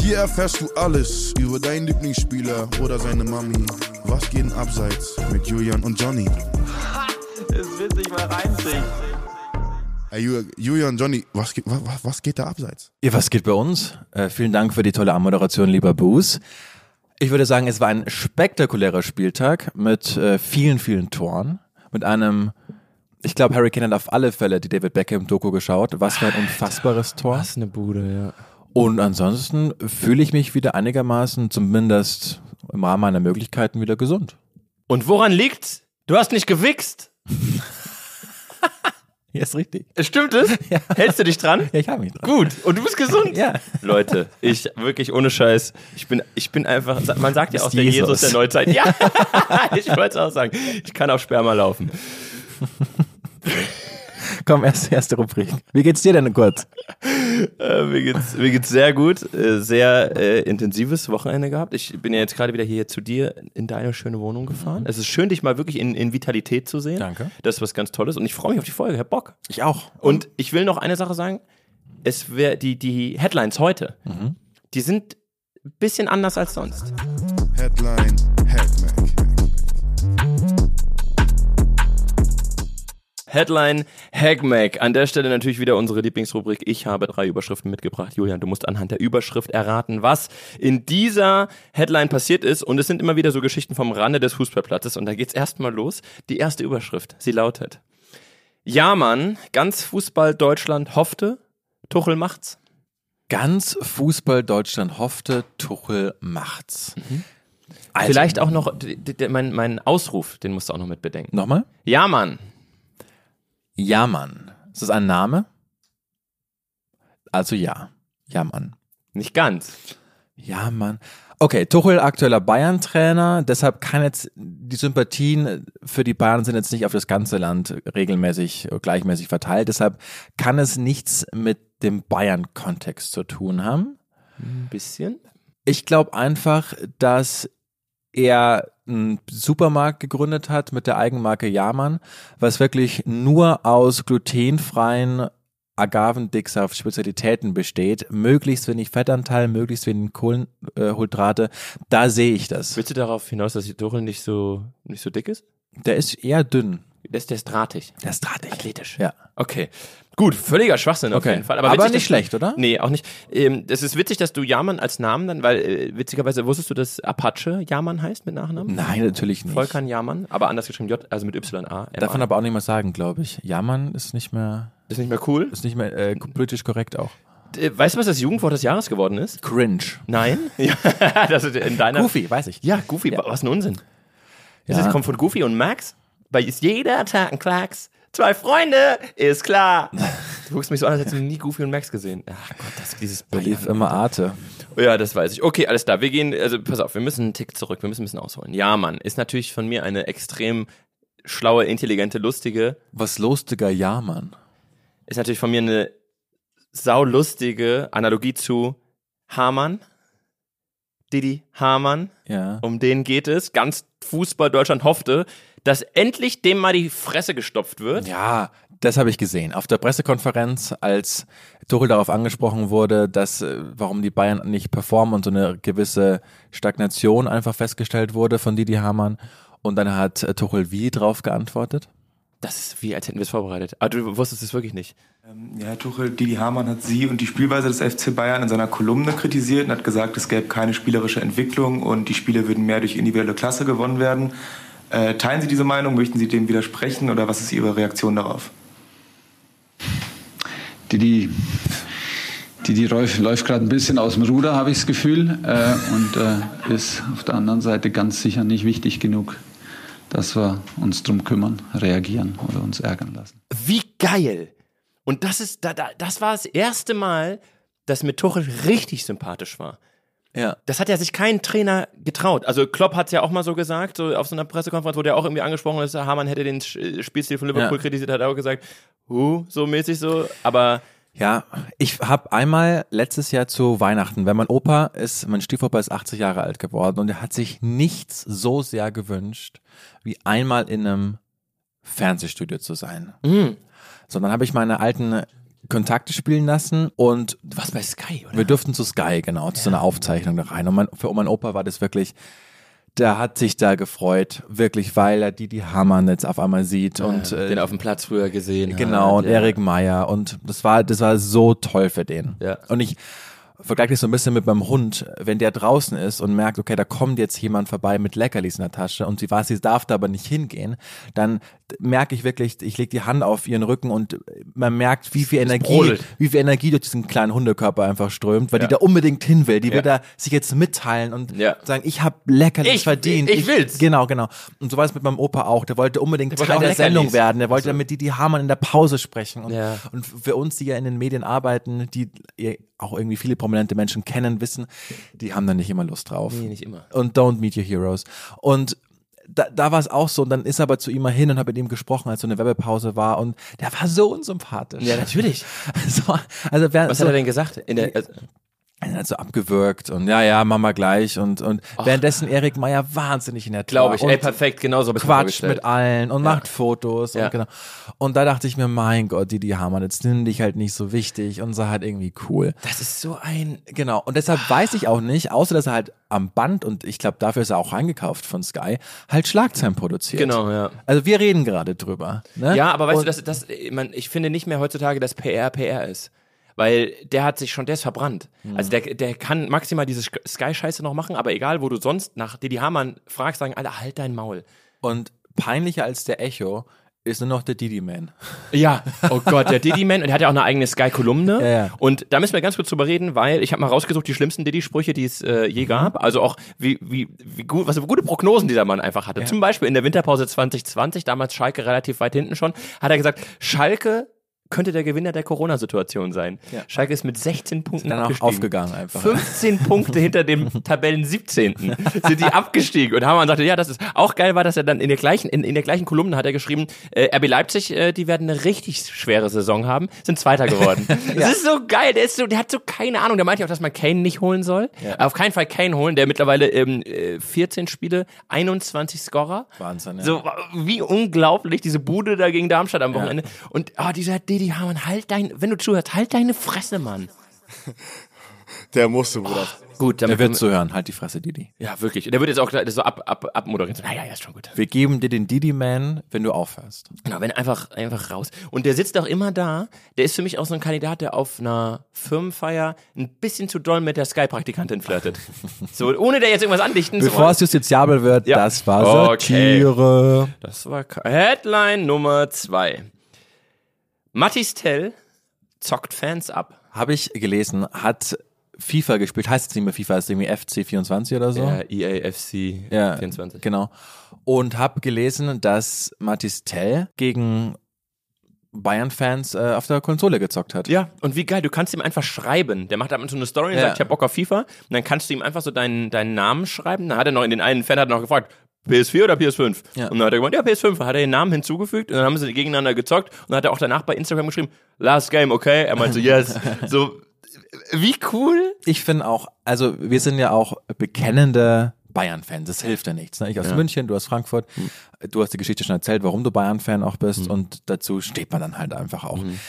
Hier erfährst du alles über deinen Lieblingsspieler oder seine Mami. Was geht denn abseits mit Julian und Johnny? Es wird sich mal reinziehen. Ey, Ju- Julian, Johnny, was, geht- wa- wa- was geht da abseits? Ja, was geht bei uns? Äh, vielen Dank für die tolle Anmoderation, lieber Boos. Ich würde sagen, es war ein spektakulärer Spieltag mit äh, vielen, vielen Toren. Mit einem, ich glaube, Harry Kane hat auf alle Fälle die David Beckham-Doku geschaut. Was für ein unfassbares Tor. Was eine Bude, ja. Und ansonsten fühle ich mich wieder einigermaßen, zumindest im Rahmen meiner Möglichkeiten, wieder gesund. Und woran liegt's? Du hast nicht gewichst. Ja, ist richtig. Stimmt es? Hältst du dich dran? Ja, ich habe mich dran. Gut. Und du bist gesund? Ja. Leute, ich wirklich ohne Scheiß. Ich bin, ich bin einfach, man sagt ja bist auch der Jesus. Jesus der Neuzeit. Ja, ich wollte es auch sagen. Ich kann auf Sperma laufen. Komm, erste, erste Rubrik. Wie geht's dir denn kurz? Äh, mir, geht's, mir geht's sehr gut. Äh, sehr äh, intensives Wochenende gehabt. Ich bin ja jetzt gerade wieder hier zu dir in deine schöne Wohnung gefahren. Es ist schön, dich mal wirklich in, in Vitalität zu sehen. Danke. Das ist was ganz Tolles. Und ich freue mich auf die Folge. Ich hab Bock. Ich auch. Und ich will noch eine Sache sagen. Es wär, die, die Headlines heute, die sind ein bisschen anders als sonst. Headline, Headmack. Headline Hackmack. An der Stelle natürlich wieder unsere Lieblingsrubrik. Ich habe drei Überschriften mitgebracht. Julian, du musst anhand der Überschrift erraten, was in dieser Headline passiert ist. Und es sind immer wieder so Geschichten vom Rande des Fußballplatzes. Und da geht's erstmal los. Die erste Überschrift. Sie lautet. Ja, Mann, ganz Fußball Deutschland hoffte, Tuchel macht's. Ganz Fußball Deutschland hoffte, Tuchel macht's. Also, Vielleicht auch noch d- d- d- mein, mein Ausruf, den musst du auch noch mit bedenken. Nochmal? Ja, Mann. Ja, Mann. Ist das ein Name? Also ja. Ja, Mann. Nicht ganz. Ja, Mann. Okay, Tuchel, aktueller Bayern-Trainer, deshalb kann jetzt die Sympathien für die Bayern sind jetzt nicht auf das ganze Land regelmäßig, äh, gleichmäßig verteilt. Deshalb kann es nichts mit dem Bayern-Kontext zu tun haben. Ein bisschen. Ich glaube einfach, dass er einen Supermarkt gegründet hat mit der Eigenmarke Jamann, was wirklich nur aus glutenfreien Agavendicksaft Spezialitäten besteht. Möglichst wenig Fettanteil, möglichst wenig Kohlenhydrate. Da sehe ich das. Willst du darauf hinaus, dass die Tuchel nicht so, nicht so dick ist? Der ist eher dünn. Der ist, der ist drahtig. Der ist drahtig. Athletisch. Ja. Okay. Gut, völliger Schwachsinn auf Okay. jeden Fall. Aber witzig, nicht dass- schlecht, oder? Nee, auch nicht. Ähm, es ist witzig, dass du Jamann als Namen dann, weil äh, witzigerweise wusstest du, dass Apache Jamann heißt mit Nachnamen? Nein, natürlich nicht. Volkan Jamann, aber anders geschrieben J, also mit Y-A. Darf man aber auch nicht mal sagen, glaube ich. Jamann ist nicht mehr, ist nicht mehr cool. ist nicht mehr äh, politisch korrekt auch. Äh, Weißt du, was das Jugendwort des Jahres geworden ist? Cringe. Nein? ja, das ist in deiner. Goofy, weiß ich. Ja, Goofy, was ein Unsinn. Das Ja. ist, kommt von Goofy und Max. Bei ist jeder Tag ein Klacks. Zwei Freunde, ist klar. Du guckst mich so an, als hättest du nie Goofy und Max gesehen. Ach Gott, das, dieses Believe immer Arte. Ja, das weiß ich. Okay, alles klar. Wir gehen, also pass auf, wir müssen einen Tick zurück, wir müssen ein bisschen ausholen. Ja, Mann, ist natürlich von mir eine extrem schlaue, intelligente, lustige, Was lustiger Jamann. ist natürlich von mir eine saulustige Analogie zu Hamann. Didi Hamann. Ja. um den geht es. Ganz Fußball Deutschland hoffte, dass endlich dem mal die Fresse gestopft wird. Ja, das habe ich gesehen. Auf der Pressekonferenz, als Tuchel darauf angesprochen wurde, dass äh, warum die Bayern nicht performen und so eine gewisse Stagnation einfach festgestellt wurde von Didi Hamann. Und dann hat äh, Tuchel wie drauf geantwortet? Das ist wie, als hätten wir es vorbereitet. Aber du wusstest es wirklich nicht. Ja, Herr Tuchel, Didi Hamann hat Sie und die Spielweise des FC Bayern in seiner Kolumne kritisiert und hat gesagt, es gäbe keine spielerische Entwicklung und die Spiele würden mehr durch individuelle Klasse gewonnen werden. Äh, teilen Sie diese Meinung? Möchten Sie dem widersprechen oder was ist Ihre Reaktion darauf? Didi, Didi Rolf läuft gerade ein bisschen aus dem Ruder, habe ich das Gefühl. Äh, und äh, ist auf der anderen Seite ganz sicher nicht wichtig genug, dass wir uns drum kümmern, reagieren oder uns ärgern lassen. Wie geil! Und das ist, da, da, das war das erste Mal, dass mir Tuchel richtig sympathisch war. Ja. Das hat ja sich kein Trainer getraut. Also Klopp hat es ja auch mal so gesagt, so auf so einer Pressekonferenz wurde ja auch irgendwie angesprochen, dass Hamann hätte den Sch- äh, Spielstil von Liverpool Ja. kritisiert, hat er auch gesagt, huh, so mäßig so. Aber Ja, ich habe einmal letztes Jahr zu Weihnachten, weil mein Opa ist, mein Stiefopa ist 80 Jahre alt geworden und er hat sich nichts so sehr gewünscht, wie Mhm. einmal in einem Fernsehstudio zu sein. Sondern habe ich meine alten Kontakte spielen lassen und Was bei Sky, oder? wir durften zu Sky, genau, zu so einer Aufzeichnung da rein. Und mein, für meinen Opa war das wirklich, der hat sich da gefreut, wirklich, weil er die, die Hamann jetzt auf einmal sieht und äh, den auf dem Platz früher gesehen. Genau, hat, und Erik Meyer. Und das war, das war so toll für den. Ja. Und ich vergleiche das so ein bisschen mit meinem Hund, wenn der draußen ist und merkt, okay, da kommt jetzt jemand vorbei mit Leckerlis in der Tasche und sie weiß, sie darf da aber nicht hingehen, dann merke ich wirklich, ich lege die Hand auf ihren Rücken und man merkt, wie viel Energie, brodelt. wie viel Energie durch diesen kleinen Hundekörper einfach strömt, weil die da unbedingt hin will, die will Ja. da sich jetzt mitteilen und Ja. sagen, ich habe Leckerlis Ich- verdient. ich will's. Genau, genau. Und so war es mit meinem Opa auch, der wollte unbedingt wollte Teil auch der Leckerlis. Sendung werden. Der wollte damit die, die Hamann in der Pause sprechen. Und, Also- Ja. und für uns, die ja in den Medien arbeiten, die ja auch irgendwie viele prominente Menschen kennen, wissen, die haben da nicht immer Lust drauf. Nee, nicht immer. Und Don't Meet Your Heroes. Und da, da war es auch so. Und dann ist er aber zu ihm mal hin und habe mit ihm gesprochen, als so eine Werbepause war. Und der war so unsympathisch. Ja, natürlich. So, also wer, Was so, hat er denn gesagt? In der, also, er hat so abgewürgt und ja, ja, Mama gleich. Und, und währenddessen Erik Meyer wahnsinnig in der Tür Glaube ich. war. Ey, Und- perfekt, genau so. hab ich's mir quatscht vorgestellt. mit allen und macht Fotos Ja. und genau. Und da dachte ich mir, mein Gott, die, die Hamann, jetzt nimm dich halt nicht so wichtig und sei halt irgendwie cool. Das ist so ein. Genau. Und deshalb weiß ich auch nicht, außer dass er halt am Band und ich glaube, dafür ist er auch reingekauft von Sky, halt Schlagzeilen produziert. Genau, ja. Also wir reden gerade drüber. Ne? Ja, aber weißt und, du, das, das, man, ich finde nicht mehr heutzutage, dass PR PR ist. Weil der hat sich schon, der ist verbrannt. Also der, der kann maximal diese Sk- Sky-Scheiße noch machen, aber egal, wo du sonst nach Didi Hamann fragst, sagen alle, halt dein Maul. und peinlicher als der Echo ist nur noch der Didi Man. Ja, oh Gott, der Diddy-Man. Und er hat ja auch eine eigene Sky-Kolumne. Ja, ja. Und da müssen wir ganz kurz drüber reden, weil ich habe mal rausgesucht, die schlimmsten Diddy-Sprüche, die es äh, Mhm. je gab. Also auch, wie, wie, wie gut, was für gute Prognosen dieser Mann einfach hatte. Zum Beispiel in der Winterpause 2020, damals Schalke relativ weit hinten schon, hat er gesagt, Schalke könnte der Gewinner der Corona-Situation sein. Schalke ist mit 16 Punkten Dann auch abgestiegen. aufgegangen einfach. 15 Punkte hinter dem Tabellen 17. sind die abgestiegen. Und Hamann sagte, ja, das ist auch geil war, dass er dann in der gleichen, in, in der gleichen Kolumne hat er geschrieben, äh, RB Leipzig, äh, die werden eine richtig schwere Saison haben, sind Zweiter geworden. Das ist so geil, der ist so, der hat so keine Ahnung. Der meinte auch, dass man Kane nicht holen soll. Auf keinen Fall Kane holen, der mittlerweile ähm, äh, 14 Spiele, 21 Scorer. Wahnsinn, ja. So, wie unglaublich, diese Bude da gegen Darmstadt am Wochenende. Und ah, dieser Didi Hamann, halt dein, wenn du zuhörst, halt deine Fresse, Mann. Der musste, Bruder. Gut, damit Er wird zuhören, halt die Fresse, Didi. Ja, wirklich. Und der wird jetzt auch gleich so ab, ab, abmoderieren. So, naja, ja, ist schon gut. Wir geben dir den Didi Man, wenn du aufhörst. Genau, wenn einfach, einfach raus. Und der sitzt auch immer da. Der ist für mich auch so ein Kandidat, der auf einer Firmenfeier ein bisschen zu doll mit der Sky-Praktikantin flirtet. so, ohne der jetzt irgendwas andichten zu Bevor wollen. es justiziabel wird, Ja. das war Okay. Satire. Das war Ka- Headline Nummer zwei. Mattis Tell zockt Fans ab. Habe ich gelesen, hat FIFA gespielt, heißt jetzt nicht mehr FIFA, ist irgendwie FC24 oder so. EAFC Ja, 24. Genau. Und habe gelesen, dass Mathis Tell gegen Bayern-Fans äh, auf der Konsole gezockt hat. Ja, und wie geil, du kannst ihm einfach schreiben. Der macht ab und zu eine Story und Ja. sagt, ich hab Bock auf FIFA. Und dann kannst du ihm einfach so deinen, deinen Namen schreiben. Dann hat er noch in den einen Fan hat er noch gefragt, PS4 oder PS5? Ja. Und dann hat er gemeint, ja, PS5. Hat er den Namen hinzugefügt und dann haben sie gegeneinander gezockt. Und dann hat er auch danach bei Instagram geschrieben, last game, okay? Er meinte, yes. So, wie cool. Ich finde auch, also wir sind ja auch bekennende Bayern-Fans, das hilft ja nichts. Ne? Ich aus München, du aus Frankfurt, Mhm. du hast die Geschichte schon erzählt, warum du Bayern-Fan auch bist und dazu steht man dann halt einfach auch. Mhm.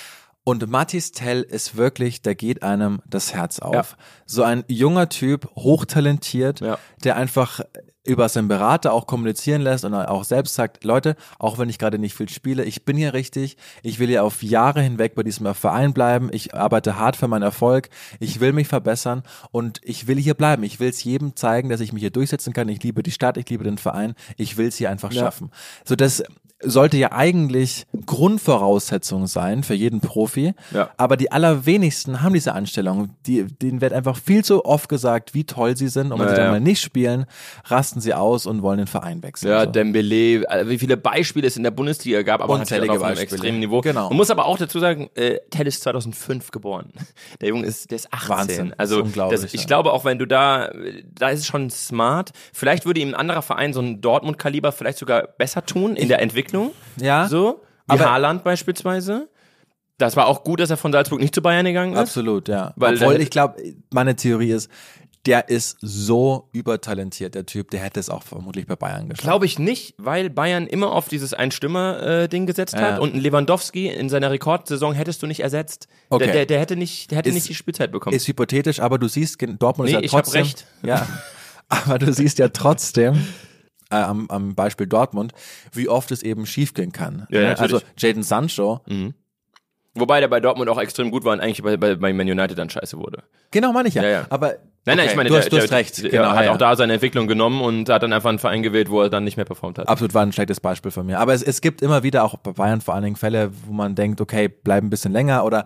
Und Mathis Tell ist wirklich, da geht einem das Herz auf. So ein junger Typ, hochtalentiert, Ja. der einfach über seinen Berater auch kommunizieren lässt und auch selbst sagt, Leute, auch wenn ich gerade nicht viel spiele, ich bin hier richtig, ich will hier auf Jahre hinweg bei diesem Verein bleiben, ich arbeite hart für meinen Erfolg, ich will mich verbessern und ich will hier bleiben. Ich will es jedem zeigen, dass ich mich hier durchsetzen kann. Ich liebe die Stadt, ich liebe den Verein, ich will es hier einfach schaffen. So das sollte ja eigentlich Grundvoraussetzung sein für jeden Profi, Ja. aber die allerwenigsten haben diese Anstellung. Die, denen wird einfach viel zu oft gesagt, wie toll sie sind. Und wenn Ja, sie dann ja. mal nicht spielen, rasten sie aus und wollen den Verein wechseln. Ja, so. Dembele, also wie viele Beispiele es in der Bundesliga gab, aber Unzählige natürlich auch auf einem Beispiele. extremen Niveau. Genau. Man muss aber auch dazu sagen, äh, Tell ist 2005 geboren. Der Junge ist, der ist 18. Wahnsinn. Also Ist unglaublich, das, ich ja. glaube auch, wenn du da, da ist es schon smart. Vielleicht würde ihm ein anderer Verein so ein Dortmund-Kaliber vielleicht sogar besser tun in der Entwicklung. Ja. So, wie Aber- Haaland beispielsweise. Das war auch gut, dass er von Salzburg nicht zu Bayern gegangen ist. Absolut, ja. Weil Obwohl da- ich glaube, meine Theorie ist, der ist so übertalentiert, der Typ, der hätte es auch vermutlich bei Bayern geschafft. Glaube ich nicht, weil Bayern immer auf dieses Einstimmer-Ding gesetzt Ja. hat und ein Lewandowski in seiner Rekordsaison hättest du nicht ersetzt. Okay. Der, der, der hätte, nicht, der hätte Ist- nicht die Spielzeit bekommen. Ist hypothetisch, aber du siehst, gen- Dortmund Nee, ist ja ich hab trotzdem. recht. Ja, aber du siehst ja trotzdem äh, am, am Beispiel Dortmund, wie oft es eben schiefgehen kann. Ja, Ne? natürlich. Mhm. also Jaden Sancho, Wobei der bei Dortmund auch extrem gut war und eigentlich bei, bei, bei Man United dann scheiße wurde. genau meine ich ja. Ja, ja. Aber Nein, nein, okay, ich meine, du der- hast, du der- hast recht. der genau, hat ja, auch da seine Entwicklung genommen und hat dann einfach einen Verein gewählt, wo er dann nicht mehr performt hat. Absolut war ein schlechtes Beispiel von mir. Aber es, es gibt immer wieder auch bei Bayern vor allen Dingen Fälle, wo man denkt, okay, bleib ein bisschen länger oder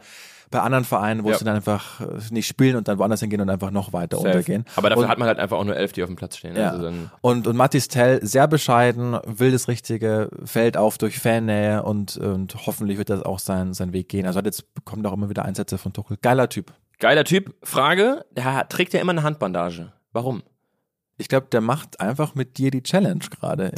bei anderen Vereinen, wo Ja. sie dann einfach äh, nicht spielen und dann woanders hingehen und einfach noch weiter untergehen. Aber dafür und, hat man halt einfach auch nur elf, die auf dem Platz stehen. ja. Also dann, und, und Mathis Tell sehr bescheiden, will das Richtige, fällt auf durch Fannähe und, und hoffentlich wird das auch sein, sein Weg gehen. Also hat jetzt bekommt auch immer wieder Einsätze von Tuchel. Geiler Typ. geiler Typ. Frage, der hat- trägt ja immer eine Handbandage. Warum? Ich glaube, der macht einfach mit dir die Challenge gerade.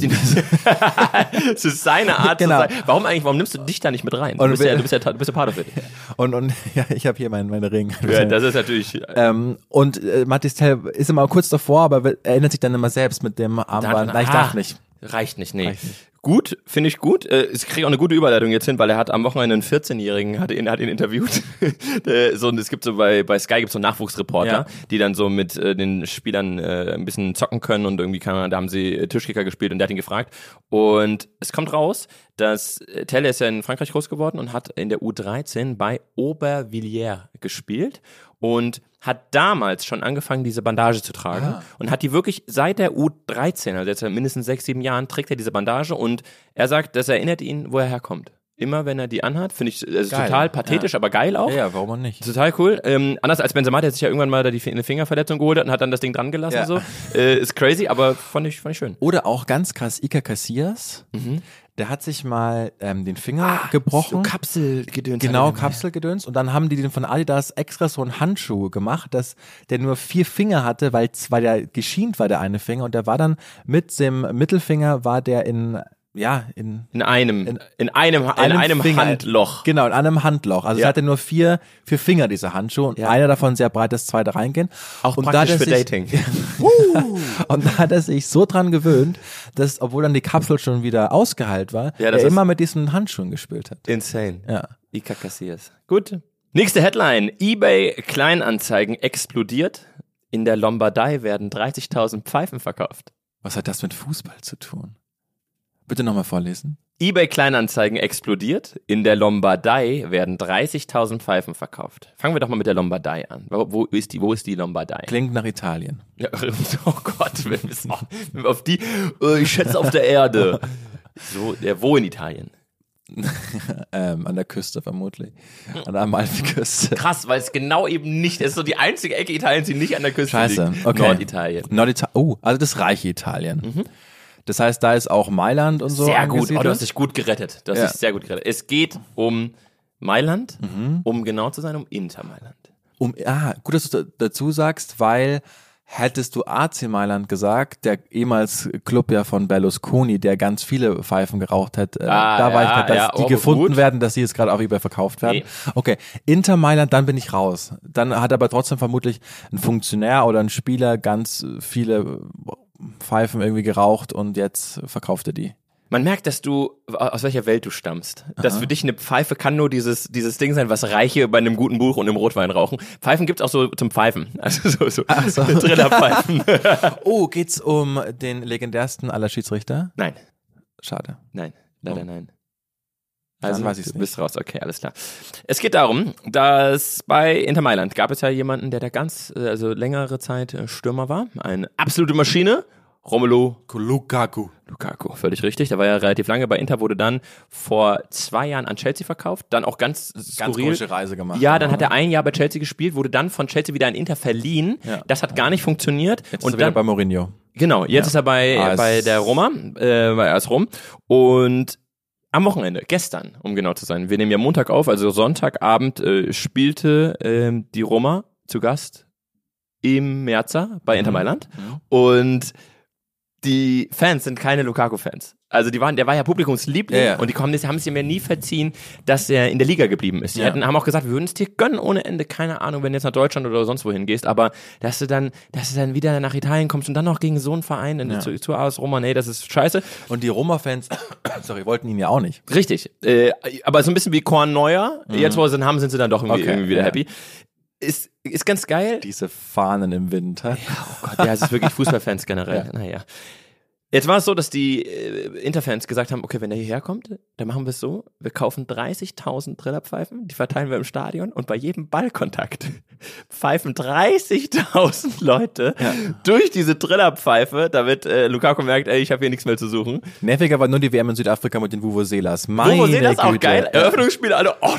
Es ist seine Art Genau. zu sein. Warum eigentlich, warum nimmst du dich da nicht mit rein? Du Und bist wir- ja, du bist ja, du bist ja part of it. Und, und ja, ich habe hier meinen meinen Ring. Ja, das ist natürlich, Ähm, und äh, Mathis Tell ist immer kurz davor, aber we- erinnert sich dann immer selbst mit dem Armband. Nein, ich Ah, darf nicht. Reicht nicht, nee. Reicht Gut, finde ich gut. Äh, Ich kriege auch eine gute Überleitung jetzt hin, weil er hat am Wochenende einen 14-Jährigen, hat ihn, hat ihn interviewt. Äh, so, und es gibt so bei, bei Sky gibt so Nachwuchsreporter, Ja. die dann so mit äh, den Spielern äh, ein bisschen zocken können und irgendwie kann man, da haben sie äh, Tischkicker gespielt und der hat ihn gefragt. Und es kommt raus, dass äh, Telle ist ja in Frankreich groß geworden und hat in der U13 bei Aubervilliers gespielt und hat damals schon angefangen, diese Bandage zu tragen Ah. und hat die wirklich seit der U13, also jetzt seit mindestens sechs, sieben Jahren, trägt er diese Bandage und er sagt, das erinnert ihn, wo er herkommt. Immer wenn er die anhat, finde ich also Geil. total pathetisch, aber geil auch. Ja, warum auch nicht? Total cool. Ähm, anders als Benzema, der sich ja irgendwann mal da die, eine Fingerverletzung geholt hat und hat dann das Ding dran gelassen. Ja. So. Äh, ist crazy, aber fand ich, fand ich schön. Oder auch ganz krass Iker Casillas. Der hat sich mal ähm, den Finger gebrochen. Kapselgedöns. Hm? Genau, Kapselgedöns. Und dann haben die den von Adidas extra so einen Handschuh gemacht, dass der nur vier Finger hatte, weil, z- weil der geschient war, der eine Finger. Und der war dann mit dem Mittelfinger, war der in, ja, in In einem, in, einem, in einem einem, Finger. Handloch. Genau, in einem Handloch. Also es Ja. hatte nur vier, vier Finger, diese Handschuhe. Und einer davon sehr breit, das zweite reingehen. Auch und Praktisch hat er für sich- Dating. Und da hat er sich so dran gewöhnt, dass, obwohl dann die Kapsel schon wieder ausgeheilt war, Ja, das er ist- immer mit diesen Handschuhen gespielt hat. Insane. Ja. Ika Cassias. Gut. Nächste Headline. eBay Kleinanzeigen explodiert. In der Lombardei werden 30.000 Pfeifen verkauft. Was hat das mit Fußball zu tun? Bitte nochmal vorlesen. eBay Kleinanzeigen explodiert. In der Lombardei werden 30.000 Pfeifen verkauft. Fangen wir doch mal mit der Lombardei an. Wo, wo ist die, wo ist die Lombardei? Klingt nach Italien. Ja, oh Gott, wenn wir es auf- wenn wir auf die, äh, ich schätze auf der Erde. So, ja, wo in Italien? Ähm, an der Küste vermutlich. An der Amalfiküste. Krass, weil es genau eben nicht, es ist so die einzige Ecke Italiens, die nicht an der Küste Scheiße. liegt. Okay. Norditalien. Mhm. Nordita oh, also das reiche Italien. Das heißt, da ist auch Mailand und so. sehr gut, oh, angesiedelt. du hast dich gut gerettet. Du hast Ja. dich sehr gut gerettet. Es geht um Mailand, Mhm. um genau zu sein, um Inter Mailand. Um, ah, gut, dass du da- dazu sagst, weil hättest du AC Mailand gesagt, der ehemals Club ja von Berlusconi, der ganz viele Pfeifen geraucht hat, äh, Ah, da war ich ja, grad, dass ja, die oh, gefunden gut. werden, dass die jetzt gerade auch eBay verkauft werden. Okay, Inter Mailand, dann bin ich raus. Dann hat aber trotzdem vermutlich ein Funktionär oder ein Spieler ganz äh, viele Pfeifen irgendwie geraucht und jetzt verkauft er die. Man merkt, dass du äh, aus welcher Welt du stammst. Dass für dich eine Pfeife kann nur dieses dieses Ding sein, was Reiche bei einem guten Buch und einem Rotwein rauchen. Pfeifen gibt's auch so zum Pfeifen, also so, so, so. Trillerpfeifen. Oh, geht's um den legendärsten aller Schiedsrichter? nein, Schade. nein, leider nein. Dann Also weiß ich's du bist raus. Okay, alles klar. Es geht darum, dass bei Inter Mailand gab es ja jemanden, der da ganz äh, also längere Zeit äh, Stürmer war, eine absolute Maschine. Romelu Lukaku. Lukaku, völlig richtig. Der war ja relativ lange bei Inter, wurde dann vor zwei Jahren an Chelsea verkauft, dann auch ganz Ganz skurril. komische Reise gemacht. ja, dann hat ne? er ein Jahr bei Chelsea gespielt, wurde dann von Chelsea wieder an Inter verliehen. Ja. Das hat gar nicht funktioniert. Jetzt ist und er wieder dann, bei Mourinho. genau, jetzt ist er bei, Ah, äh, es- bei der Roma, äh, bei AS Rom. Und am Wochenende, gestern, um genau zu sein, wir nehmen ja Montag auf, also Sonntagabend äh, spielte ähm, die Roma zu Gast im Mhm. Merzer bei Inter Mailand. Und die Fans sind keine Lukaku-Fans. Also die waren, der war ja Publikumsliebling Ja, ja. und die haben es haben es ihm ja nie verziehen, dass er in der Liga geblieben ist. Die Ja. hätten, haben auch gesagt, wir würden es dir gönnen ohne Ende, keine Ahnung, wenn du jetzt nach Deutschland oder sonst wohin gehst, aber dass du dann, dass du dann wieder nach Italien kommst und dann noch gegen so einen Verein in, zu, zu AS Roma, nee, das ist scheiße. Und die Roma-Fans, sorry, wollten ihn ja auch nicht. Richtig. Äh, aber so ein bisschen wie Korn Neuer. Jetzt, wo wir sie dann haben, sind sie dann doch irgendwie, Mhm. Okay, irgendwie wieder ja. happy. Ist, ist ganz geil. Diese Fahnen im Wind. hä? Oh Gott, ja, es ist wirklich Fußballfans generell. Naja. Jetzt war es so, dass die äh, Interfans gesagt haben, okay, wenn der hierher kommt, dann machen wir es so, wir kaufen 30.000 Trillerpfeifen, die verteilen wir im Stadion und bei jedem Ballkontakt pfeifen 30.000 Leute durch diese Trillerpfeife, damit äh, Lukaku merkt, ey, ich habe hier nichts mehr zu suchen. Nerviger war nur die WM in Südafrika mit den Vuvuzelas. Meine Bobo sehen das auch Güte. geil. Eröffnungsspiel, alle, oh,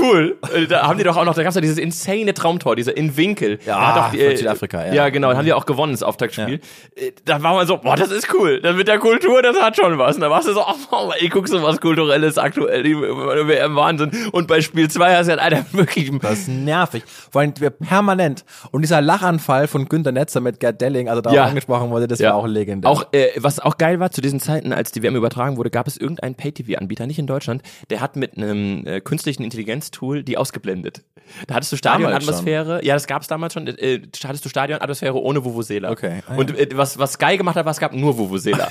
cool. Äh, Da haben die doch auch noch, da gab's doch dieses insane Traumtor, dieser in Winkel. Ja, Da doch, die, von Südafrika, ja. ja. genau, dann haben die auch gewonnen, das Auftaktspiel. Äh, Da war man so, boah, das ist cool. Dann mit der Kultur, das hat schon was. Und da warst du so, oh, wow, ey, guckst du, was kulturelles aktuell, die WM-Wahnsinn. Und bei Spiel 2 hast du halt einer wirklich, Das ist nervig. Vor allem wir permanent. Und dieser Lachanfall von Günter Netzer mit Gerd Delling, also darauf Ja. angesprochen wurde, das Ja. war auch legendär. Auch, äh, was auch geil war, zu diesen Zeiten, als die WM übertragen wurde, gab es irgendeinen Pay-TV-Anbieter, nicht in Deutschland, der hat mit einem äh, künstlichen Intelligenz-Tool die ausgeblendet. Da hattest du Stadionatmosphäre, ja, das gab es damals schon, äh, da hattest du Stadionatmosphäre ohne Vuvuzela. Okay, ah, Und äh, was, was Sky gemacht hat, war, es gab nur Vuvuzela.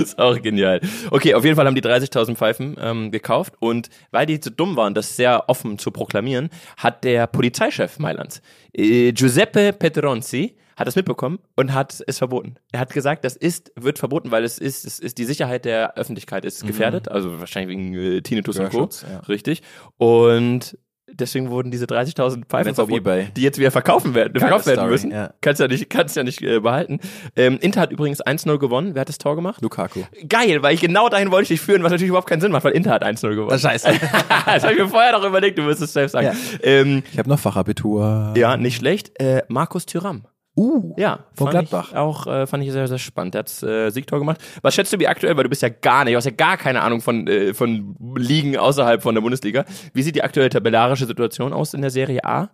ist auch genial. Okay, auf jeden Fall haben die 30.000 Pfeifen ähm, gekauft und weil die zu dumm waren, das sehr offen zu proklamieren, hat der Polizeichef Mailands, äh, Giuseppe Peteronzi, hat das mitbekommen und hat es verboten. Er hat gesagt, das ist, wird verboten, weil es ist, es ist die Sicherheit der Öffentlichkeit ist gefährdet, also wahrscheinlich wegen äh, Tinnitus und Co. Mhm. Gehörschutz, ja. Richtig. Und deswegen wurden diese 30.000 Pfeifen Jetzt auf verboten, eBay. die jetzt wieder verkaufen werden, verkauft werden Story, müssen. ja. Kannst ja nicht, kannst ja nicht äh, behalten. Ähm, Inter hat übrigens 1-0 gewonnen. Wer hat das Tor gemacht? Lukaku. Geil, weil ich genau dahin wollte ich dich führen, was natürlich überhaupt keinen Sinn macht, weil Inter hat 1-0 gewonnen. Scheiße. das habe ich mir vorher noch überlegt, du wirst es selbst sagen. Ja. Ja, ähm, Ich habe noch Fachabitur. ja nicht schlecht. Äh, Markus Thüram. Uh. Ja, Von fand Gladbach. Ich auch äh, fand ich sehr, sehr spannend. Der hat äh, Siegtor gemacht. Was schätzt du wie aktuell, weil du bist ja gar nicht, du hast ja gar keine Ahnung von, äh, von Ligen außerhalb von der Bundesliga. Wie sieht die aktuelle tabellarische Situation aus in der Serie A?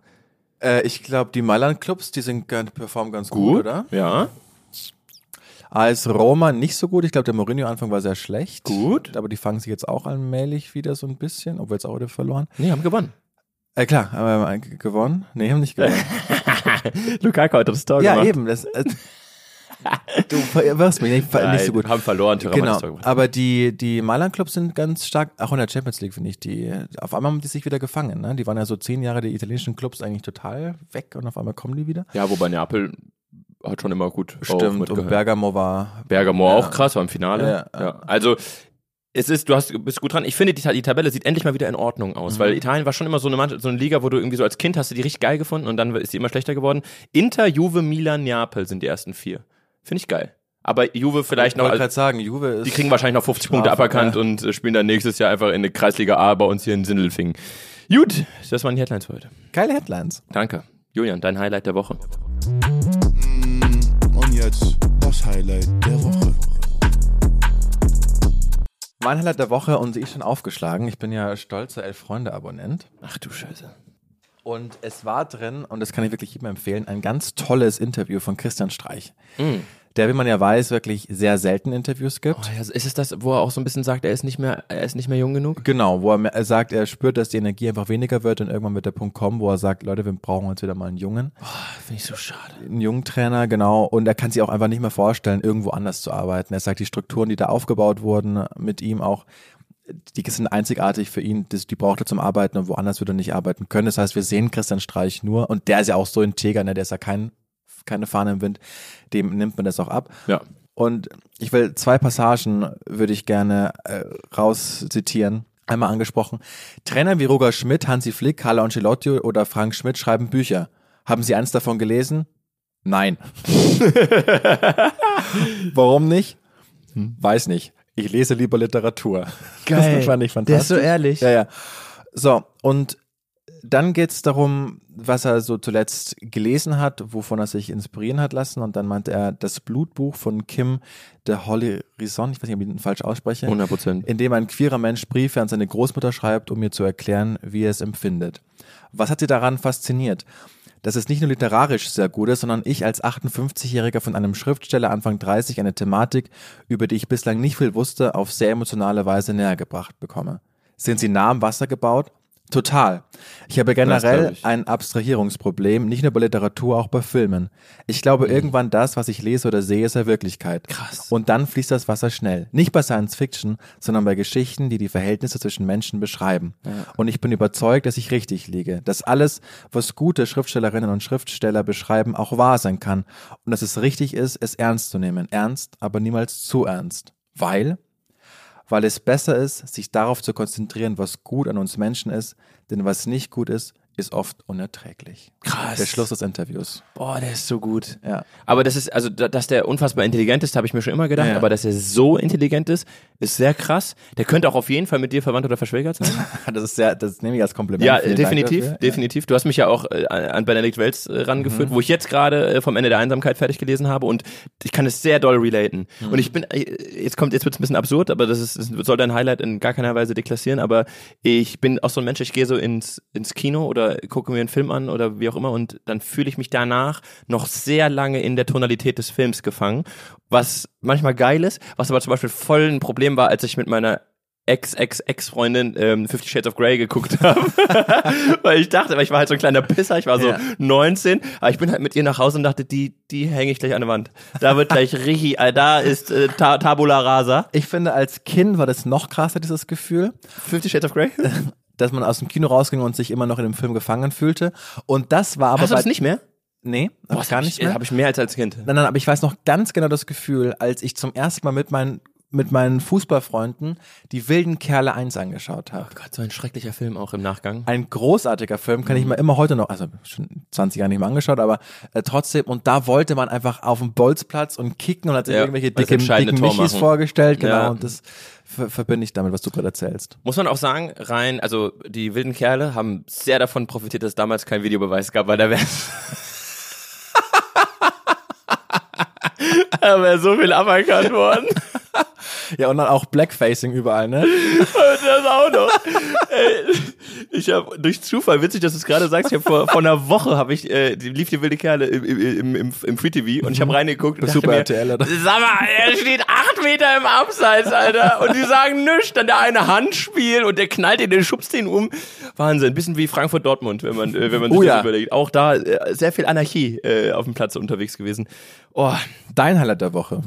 Äh, ich glaube, die Mailand-Clubs, die sind, ganz- performen ganz gut, oder? Ja. Als Roma nicht so gut. Ich glaube, der Mourinho-Anfang war sehr schlecht. Gut. Aber die fangen sich jetzt auch allmählich wieder so ein bisschen, obwohl jetzt auch wieder verloren. Nee, haben gewonnen. Äh, klar, aber äh, g- gewonnen? Nee, haben nicht gewonnen. Lukaku hat das Tor ja, gemacht. eben. Das, äh, du verwirrst mich nicht, Nein, nicht so gut. Haben verloren, Thüram hat Genau, das Tor gemacht. aber die, die Mailand-Clubs sind ganz stark, auch in der Champions League, finde ich, die, auf einmal haben die sich wieder gefangen, ne? Die waren ja so zehn Jahre der italienischen Clubs eigentlich total weg und auf einmal kommen die wieder. Ja, wobei Neapel hat schon immer gut auch Stimmt, und mitgehört. Bergamo war, Bergamo Ja. auch krass, war im Finale. Ja, Ja, ja. Also es ist, du hast, bist gut dran. Ich finde, die, Ta- die Tabelle sieht endlich mal wieder in Ordnung aus, Mhm. weil Italien war schon immer so eine, Mannschaft- so eine Liga, wo du irgendwie so als Kind hast du die richtig geil gefunden und dann ist die immer schlechter geworden. Inter, Juve, Milan, Neapel sind die ersten vier. Finde ich geil. Aber Juve vielleicht ich wollte noch, also gerade sagen, Juve ist, die kriegen wahrscheinlich noch 50 Punkte Ja, aberkannt ja. und äh, spielen dann nächstes Jahr einfach in der Kreisliga A bei uns hier in Sindelfingen. Gut, das waren die Headlines für heute. geile Headlines. Danke. Julian, dein Highlight der Woche. Ah, mm, Und jetzt das Highlight der Woche. Mein Highlight der Woche und sie ist schon aufgeschlagen. Ich bin ja stolzer Elf-Freunde-Abonnent. Ach du Scheiße. Und es war drin, und das kann ich wirklich jedem empfehlen, ein ganz tolles Interview von Christian Streich. Der, wie man ja weiß, wirklich sehr selten Interviews gibt. Oh ja, ist es das, wo er auch so ein bisschen sagt, er ist nicht mehr, er ist nicht mehr jung genug? Genau, wo er me- er sagt, er spürt, dass die Energie einfach weniger wird und irgendwann wird der Punkt kommen, wo er sagt, Leute, wir brauchen jetzt wieder mal einen Jungen. Finde ich so schade. Einen jungen Trainer, genau. Und er kann sich auch einfach nicht mehr vorstellen, irgendwo anders zu arbeiten. Er sagt, die Strukturen, die da aufgebaut wurden mit ihm auch, die sind einzigartig für ihn. Das, die braucht er zum Arbeiten und woanders würde er nicht arbeiten können. Das heißt, wir sehen Christian Streich nur und der ist ja auch so integer, ne? der ist ja kein, keine Fahne im Wind. Dem nimmt man das auch ab. Ja. Und ich will zwei Passagen würde ich gerne äh, rauszitieren. Einmal angesprochen. Trainer wie Roger Schmidt, Hansi Flick, Carlo Ancelotti oder Frank Schmidt schreiben Bücher. Haben Sie eins davon gelesen? Nein. Warum nicht? Weiß nicht. Ich lese lieber Literatur. Hm. Geil. Das fand ich Der fantastisch. ist so ehrlich. Ja, ja. So, und dann geht's darum, was er so zuletzt gelesen hat, wovon er sich inspirieren hat lassen. Und dann meint er das Blutbuch von Kim de Horizon, ich weiß nicht, ob ich den falsch ausspreche, 100 Prozent. in dem ein queerer Mensch Briefe an seine Großmutter schreibt, um ihr zu erklären, wie er es empfindet. Was hat sie daran fasziniert? dass es nicht nur literarisch sehr gut ist, sondern ich als 58-Jähriger von einem Schriftsteller Anfang 30 eine Thematik, über die ich bislang nicht viel wusste, auf sehr emotionale Weise nähergebracht bekomme. Sind sie nah am Wasser gebaut? Total. Ich habe generell glaub ich. ein Abstrahierungsproblem, nicht nur bei Literatur, auch bei Filmen. Ich glaube irgendwann das, was ich lese oder sehe, ist ja Wirklichkeit. Krass. Und dann fließt das Wasser schnell. Nicht bei Science Fiction, sondern bei Geschichten, die die Verhältnisse zwischen Menschen beschreiben. Und ich bin überzeugt, dass ich richtig liege, dass alles, was gute Schriftstellerinnen und Schriftsteller beschreiben, auch wahr sein kann und dass es richtig ist, es ernst zu nehmen. Ernst, aber niemals zu ernst. Weil weil es besser ist, sich darauf zu konzentrieren, was gut an uns Menschen ist, denn was nicht gut ist, ist oft unerträglich. Krass. Der Schluss des Interviews. Boah, der ist so gut. Ja. Aber das ist, also, da- dass der unfassbar intelligent ist, habe ich mir schon immer gedacht, Ja, ja. aber dass er so intelligent ist, ist sehr krass. Der könnte auch auf jeden Fall mit dir verwandt oder verschwägert sein. Das ist sehr, das nehme ich als Kompliment. Ja, Vielen Dank definitiv, dafür. definitiv. Du hast mich ja auch äh, an Benedikt Wells äh, rangeführt, Mhm. wo ich jetzt gerade äh, vom Ende der Einsamkeit fertig gelesen habe und ich kann es sehr doll relaten. Mhm. Und ich bin, äh, jetzt kommt, jetzt wird's ein bisschen absurd, aber das ist, das soll dein Highlight in gar keiner Weise deklassieren, aber ich bin auch so ein Mensch, ich gehe so ins, ins Kino oder gucke mir einen Film an oder wie auch immer und dann fühle ich mich danach noch sehr lange in der Tonalität des Films gefangen, was manchmal geil ist, was aber zum Beispiel voll ein Problem war, als ich mit meiner Ex-Ex-Ex-Freundin ähm, Fifty Shades of Grey geguckt habe. weil ich dachte, weil ich war halt so ein kleiner Pisser, ich war so Ja. 19, aber ich bin halt mit ihr nach Hause und dachte, die, die hänge ich gleich an der Wand. Da wird gleich richtig, äh, da ist äh, ta Tabula Rasa. Ich finde, als Kind war das noch krasser, dieses Gefühl, Fifty Shades of Grey? Hast dass man aus dem Kino rausging und sich immer noch in dem Film gefangen fühlte. Und das war aber du bei, das nicht mehr? Nee, hab ich gar nicht mehr. Habe ich mehr als als Kind. Nein, nein, aber ich weiß noch ganz genau das Gefühl, als ich zum ersten Mal mit meinen, mit meinen Fußballfreunden die wilden Kerle 1 angeschaut habe. oh Gott, so ein schrecklicher Film auch im Nachgang. ein großartiger Film, Mhm. kann ich mir immer heute noch, also schon 20 Jahre nicht mehr angeschaut, aber äh, trotzdem, und da wollte man einfach auf dem Bolzplatz und kicken und hat sich Ja, irgendwelche das dicke, entscheidende dicken Tor Michis machen. vorgestellt, genau, Ja. und das ver verbinde ich damit, was du gerade erzählst. Muss man auch sagen, rein, also die wilden Kerle haben sehr davon profitiert, dass es damals kein Videobeweis gab, weil da wäre da wär so viel aberkannt worden. Ja, und dann auch Blackfacing überall, ne? Das auch noch. Ey, ich habe durch Zufall, witzig, dass du es gerade sagst, ich hab vor, vor einer Woche habe ich äh, die- lief die wilde Kerle im, im, im, im Free TV und ich habe reingeguckt und dachte Super mir, RTL, oder? Sag mal, er steht acht Meter im Abseits, Alter, und die sagen nichts, dann der eine Handspiel und der knallt ihn, der schubst ihn um. Wahnsinn, bisschen wie Frankfurt Dortmund, wenn man äh, wenn man sich Oh das ja. überlegt. Auch da äh, sehr viel Anarchie äh, auf dem Platz unterwegs gewesen. Oh, Dein Highlight der Woche.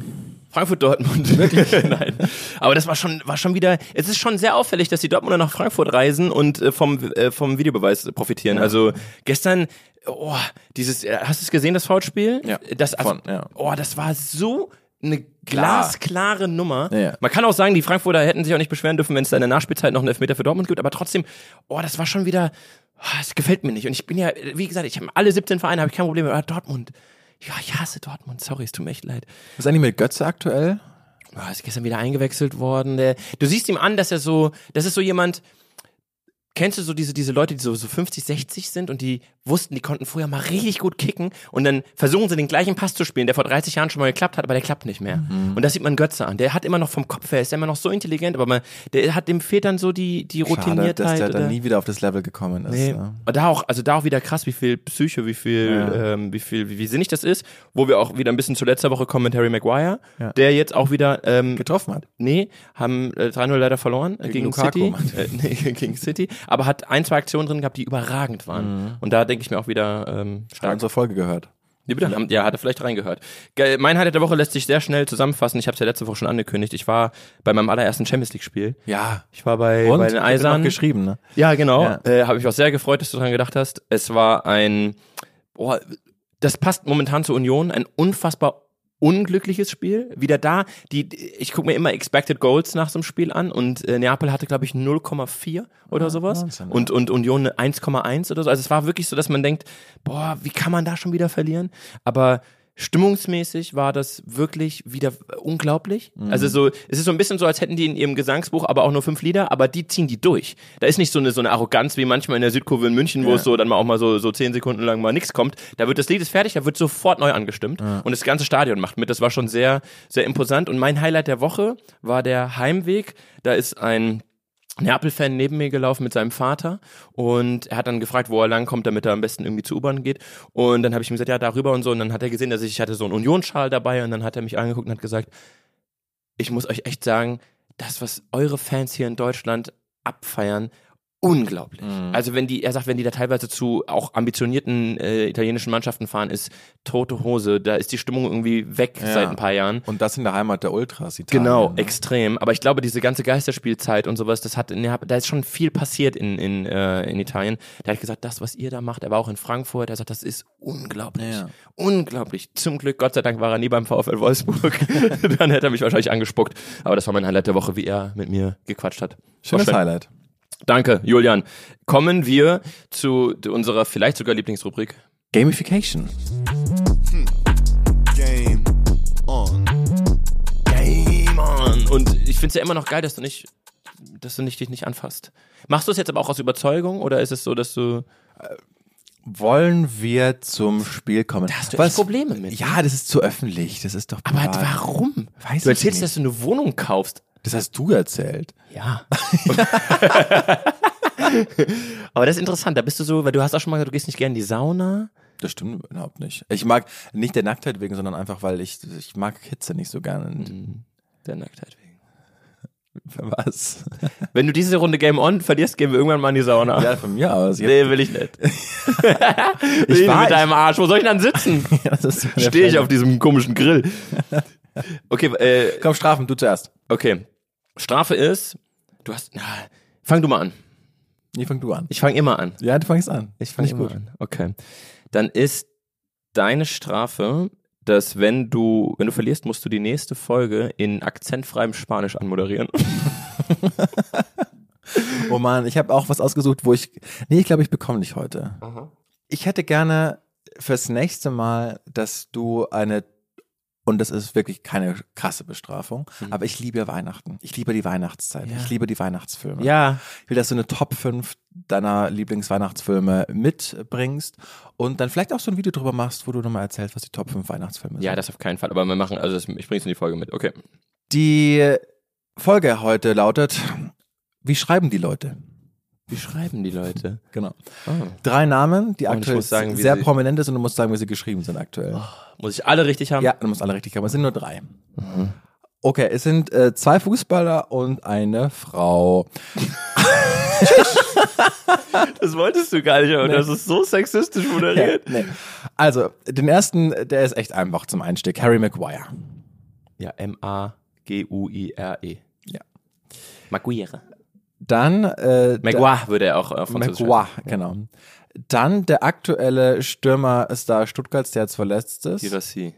Frankfurt Dortmund. Wirklich? Nein. Aber das war schon war schon wieder es ist schon sehr auffällig, dass die Dortmunder nach Frankfurt reisen und äh, vom äh, vom Videobeweis profitieren. Also gestern oh, dieses äh, hast du es gesehen das Foulspiel? Ja. Das also, Von, ja. oh, das war so eine Klar. glasklare Nummer. Ja, ja. Man kann auch sagen, die Frankfurter hätten sich auch nicht beschweren dürfen, wenn es da in der Nachspielzeit noch einen Elfmeter für Dortmund gibt, aber trotzdem, oh, das war schon wieder, ah, es gefällt mir nicht. Und ich bin ja, äh, wie gesagt, ich habe alle 17 Vereine, habe ich kein Problem mit, aber Dortmund, ja, ich hasse Dortmund, sorry, es tut mir echt leid. Was ist eigentlich mit Götze aktuell? Ah, ist gestern wieder eingewechselt worden. Der, du siehst ihm an, dass er so, das ist so jemand, kennst du so diese, diese Leute, die so, so 50, 60 sind und die wussten, die konnten vorher mal richtig gut kicken und dann versuchen sie den gleichen Pass zu spielen, der vor 30 Jahren schon mal geklappt hat, aber der klappt nicht mehr. Mhm. Und das sieht man Götze an. Der hat immer noch vom Kopf her, ist immer noch so intelligent, aber man, der hat dem fehlt dann so die, die Schade, Routiniertheit. dass der halt, oder- dann nie wieder auf das Level gekommen ist. Nee. Ne? Und Da auch, also da auch wieder krass, wie viel Psyche, wie viel, ähm, wie viel, wie, wie sinnig das ist, wo wir auch wieder ein bisschen zu letzter Woche kommen mit Harry Maguire, Ja. der jetzt auch wieder ähm, Getroffen hat. Nee, haben äh, 3-0 leider verloren äh, gegen, Gegen Lukaku, City. Äh, nee, gegen City. Aber hat ein, zwei Aktionen drin gehabt, die überragend waren. Mhm. Und da denke ich mir auch wieder ähm, Hat stark. unsere Folge gehört. Nee, bitte, haben, ja, hat er vielleicht reingehört. Geil, mein Highlight der Woche lässt sich sehr schnell zusammenfassen. Ich habe es ja letzte Woche schon angekündigt. Ich war bei meinem allerersten Champions League-Spiel. Ja. Ich war bei, Und bei den Ich hab noch Eisern. geschrieben, ne? Ja, genau. Ja. Äh, Habe ich auch sehr gefreut, dass du daran gedacht hast. Es war ein, boah, das passt momentan zur Union, ein unfassbar unglückliches Spiel. Wieder da, die, ich gucke mir immer Expected Goals nach so einem Spiel an und äh, Neapel hatte, glaube ich, 0,4 oder sowas Ah, Wahnsinn, ja. und, und Union eine 1,1 oder so. Also es war wirklich so, dass man denkt, boah, wie kann man da schon wieder verlieren? Aber stimmungsmäßig war das wirklich wieder unglaublich. Also so, es ist so ein bisschen so, als hätten die in ihrem Gesangsbuch aber auch nur fünf Lieder, aber die ziehen die durch. Da ist nicht so eine, so eine Arroganz wie manchmal in der Südkurve in München, wo es so dann mal auch mal so, so zehn Sekunden lang mal nichts kommt. Da wird das Lied ist fertig, da wird sofort neu angestimmt und das ganze Stadion macht mit. Das war schon sehr, sehr imposant. Und mein Highlight der Woche war der Heimweg. Da ist ein Neapel-Fan neben mir gelaufen mit seinem Vater und er hat dann gefragt, wo er langkommt, damit er am besten irgendwie zur U-Bahn geht. Und dann habe ich ihm gesagt, ja, darüber und so. Und dann hat er gesehen, dass ich, ich hatte so einen Unionsschal dabei und dann hat er mich angeguckt und hat gesagt, ich muss euch echt sagen, das, was eure Fans hier in Deutschland abfeiern, unglaublich. Also wenn die, er sagt, wenn die da teilweise zu auch ambitionierten äh, italienischen Mannschaften fahren, ist tote Hose. Da ist die Stimmung irgendwie weg Ja. seit ein paar Jahren. Und das in der Heimat der Ultras, Italien. Genau, ne? extrem. Aber ich glaube, diese ganze Geisterspielzeit und sowas, das hat in Neapel, da ist schon viel passiert in, in, äh, in Italien. Da hat gesagt, das, was ihr da macht, er war auch in Frankfurt, er sagt, das ist unglaublich. Ja. Unglaublich. Zum Glück, Gott sei Dank war er nie beim VfL Wolfsburg. Dann hätte er mich wahrscheinlich angespuckt. Aber das war mein Highlight der Woche, wie er mit mir gequatscht hat. Schönes War schön. Highlight. Danke, Julian. Kommen wir zu unserer vielleicht sogar Lieblingsrubrik. Gamification. Game on. Game on. Und ich finde es ja immer noch geil, dass du nicht, dass du nicht, dich nicht anfasst. Machst du es jetzt aber auch aus Überzeugung oder ist es so, dass du. Wollen wir zum Spiel kommen? Da hast du echt Probleme mit. Ja, das ist zu öffentlich. Das ist doch Aber privat. warum? Weiß du ich erzählst, nicht. dass du eine Wohnung kaufst. Das hast du erzählt. Ja. aber das ist interessant, da bist du so, weil du hast auch schon mal gesagt, du gehst nicht gerne in die Sauna. Das stimmt überhaupt nicht. Ich mag nicht der Nacktheit wegen, sondern einfach, weil ich, ich mag Hitze nicht so gerne. Und Hm. Der Nacktheit wegen. Was? Wenn du diese Runde Game On verlierst, gehen wir irgendwann mal in die Sauna. Ja, von mir aus. Ich, Nee, will ich nicht. ich war- mit deinem Arsch, wo soll ich denn dann sitzen? das ist Stehe ich auf diesem komischen Grill. Okay, äh, Komm, Strafen, du zuerst. okay. Strafe ist, du hast. Na, fang du mal an. Nee, fang du an. Ich fang immer an. Ja, du fangst an. Ich fand ich gut. An. Okay. Dann ist deine Strafe, dass wenn du, wenn du verlierst, musst du die nächste Folge in akzentfreiem Spanisch anmoderieren. Oh Mann, ich habe auch was ausgesucht, wo ich. Nee, ich glaube, ich bekomme dich heute. Ich hätte gerne fürs nächste Mal, dass du eine. Und das ist wirklich keine krasse Bestrafung, aber ich liebe Weihnachten. Ich liebe die Weihnachtszeit. Mhm. Ja. Ich liebe die Weihnachtsfilme. Ja. Ich will, dass du eine Top 5 deiner Lieblingsweihnachtsfilme mitbringst und dann vielleicht auch so ein Video drüber machst, wo du nochmal erzählst, was die Top 5 Weihnachtsfilme sind. Ja, das auf keinen Fall. Aber wir machen, also das, ich bring's in die Folge mit. Okay. Die Folge heute lautet: Wie schreiben die Leute? Wie schreiben die Leute? Genau. Ah. Drei Namen, die Und ich aktuell muss sagen, wie sehr sie- prominent sind und du musst sagen, wie sie geschrieben sind aktuell. Muss ich alle richtig haben? Mhm. Ja, du musst alle richtig haben. Es sind nur drei. Okay, es sind äh, zwei Fußballer und eine Frau. Das wolltest du gar nicht, aber das ist so sexistisch moderiert. Nee. Also, den ersten, der ist echt einfach zum Einstieg. Harry Maguire. Ja, M-A-G-U-I-R-E. Ja. E. Maguire. Dann äh, Maguire würde er auch auf der, Französisch Maguire, genau. Dann der aktuelle Stürmer-Star Stuttgarts, der jetzt verletzt ist. Girassi.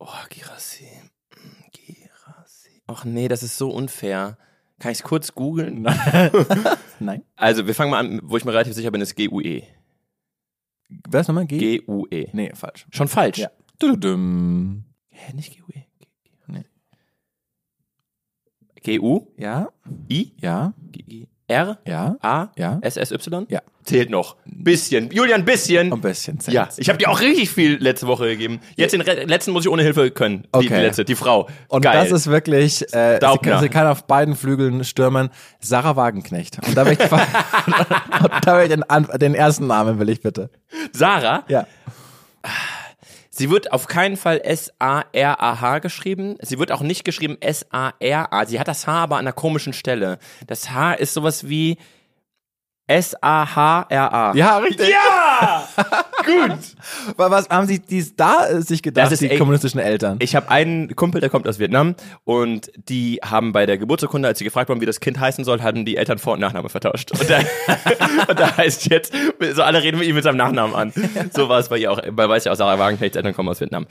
Oh, Girassi. Mm, Girassi. Ach nee, das ist so unfair. Kann ich es kurz googeln? Nein. Also, wir fangen mal an, wo ich mir relativ sicher bin, ist E. GUE. Wer ist nochmal? G? GUE. Nee, falsch. E. Schon falsch. Ja. Dududum. Hä, nicht E. GUE. Nee. GU? Ja, I? ja, G- R? ja, A? ja. SSY? Ja. Zählt noch. Bisschen. Julian, bisschen. Ein bisschen. zählt's. Ja, ich habe dir auch richtig viel letzte Woche gegeben. Jetzt den Re letzten muss ich ohne Hilfe können. Die, die Okay. letzte, die Frau. Und Geil. das ist wirklich, äh, sie, Daubner. kann, sie kann auf beiden Flügeln stürmen. Sarah Wagenknecht. Und da will ich, und da will ich den, An- den ersten Namen will ich bitte. Sarah. Ja. Sie wird auf keinen Fall S-A-R-A-H geschrieben. Sie wird auch nicht geschrieben S-A-R-A. Sie hat das H aber an einer komischen Stelle. Das H ist sowas wie S-A-H-R-A. Ja, richtig. Ja! Gut. Aber was haben sie dies da äh, sich gedacht, Das ist die echt- kommunistischen Eltern? Ich habe einen Kumpel, der kommt aus Vietnam und die haben bei der Geburtsurkunde, als sie gefragt wurden, wie das Kind heißen soll, haben die Eltern Vor- und Nachname vertauscht. Und da, und da heißt jetzt, so alle reden mit ihm mit seinem Nachnamen an. So war es bei ihr auch. Man weiß ja auch, Sarah Wagenknechts Eltern kommen aus Vietnam.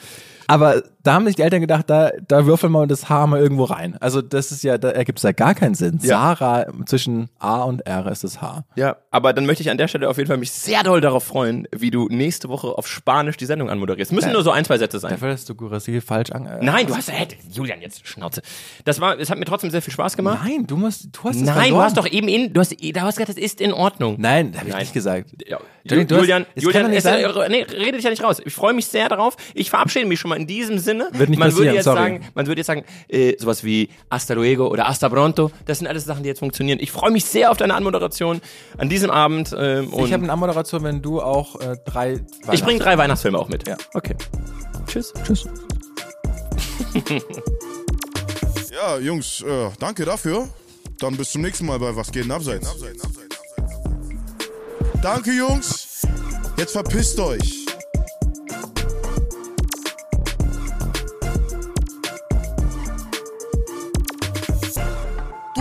Aber da haben sich die Eltern gedacht, da, da würfeln wir das Haar mal irgendwo rein. Also das ist ja, da ergibt es ja gar keinen Sinn. Sarah zwischen A und R ist das H. Ja, aber dann möchte ich an der Stelle auf jeden Fall mich sehr doll darauf freuen, wie du nächste Woche auf Spanisch die Sendung anmoderierst. Müssen nur so ein, zwei Sätze sein. Dafür hast du Gurasil falsch ange... Nein, du hast, äh, Julian, jetzt Schnauze. Das war, es hat mir trotzdem sehr viel Spaß gemacht. Nein, du musst, du hast es Nein, verloren. du hast doch eben in, du hast, du hast gesagt, das ist in Ordnung. Nein, habe ich Nein. nicht gesagt. Ja, Entschuldigung, du hast- Julian, es kann Julian, doch nicht es, äh, sein. nee, redet dich ja nicht raus. Ich freue mich sehr darauf. Ich verabschiede mich schon mal in diesem Sinne. Wird nicht man passieren, würde jetzt sorry. sagen, man würde jetzt sagen, äh, sowas wie hasta luego oder hasta pronto. Das sind alles Sachen, die jetzt funktionieren. Ich freue mich sehr auf deine Anmoderation an diesem Abend. Ähm, und Ich habe eine Anmoderation, wenn du auch äh, drei... Weihnachts- ich bringe drei Weihnachtsfilme auch mit. Ja, okay. Tschüss. Tschüss. Ja, Jungs, äh, danke dafür. Dann bis zum nächsten Mal bei Was geht denn abseits? Danke, Jungs. Jetzt verpisst euch.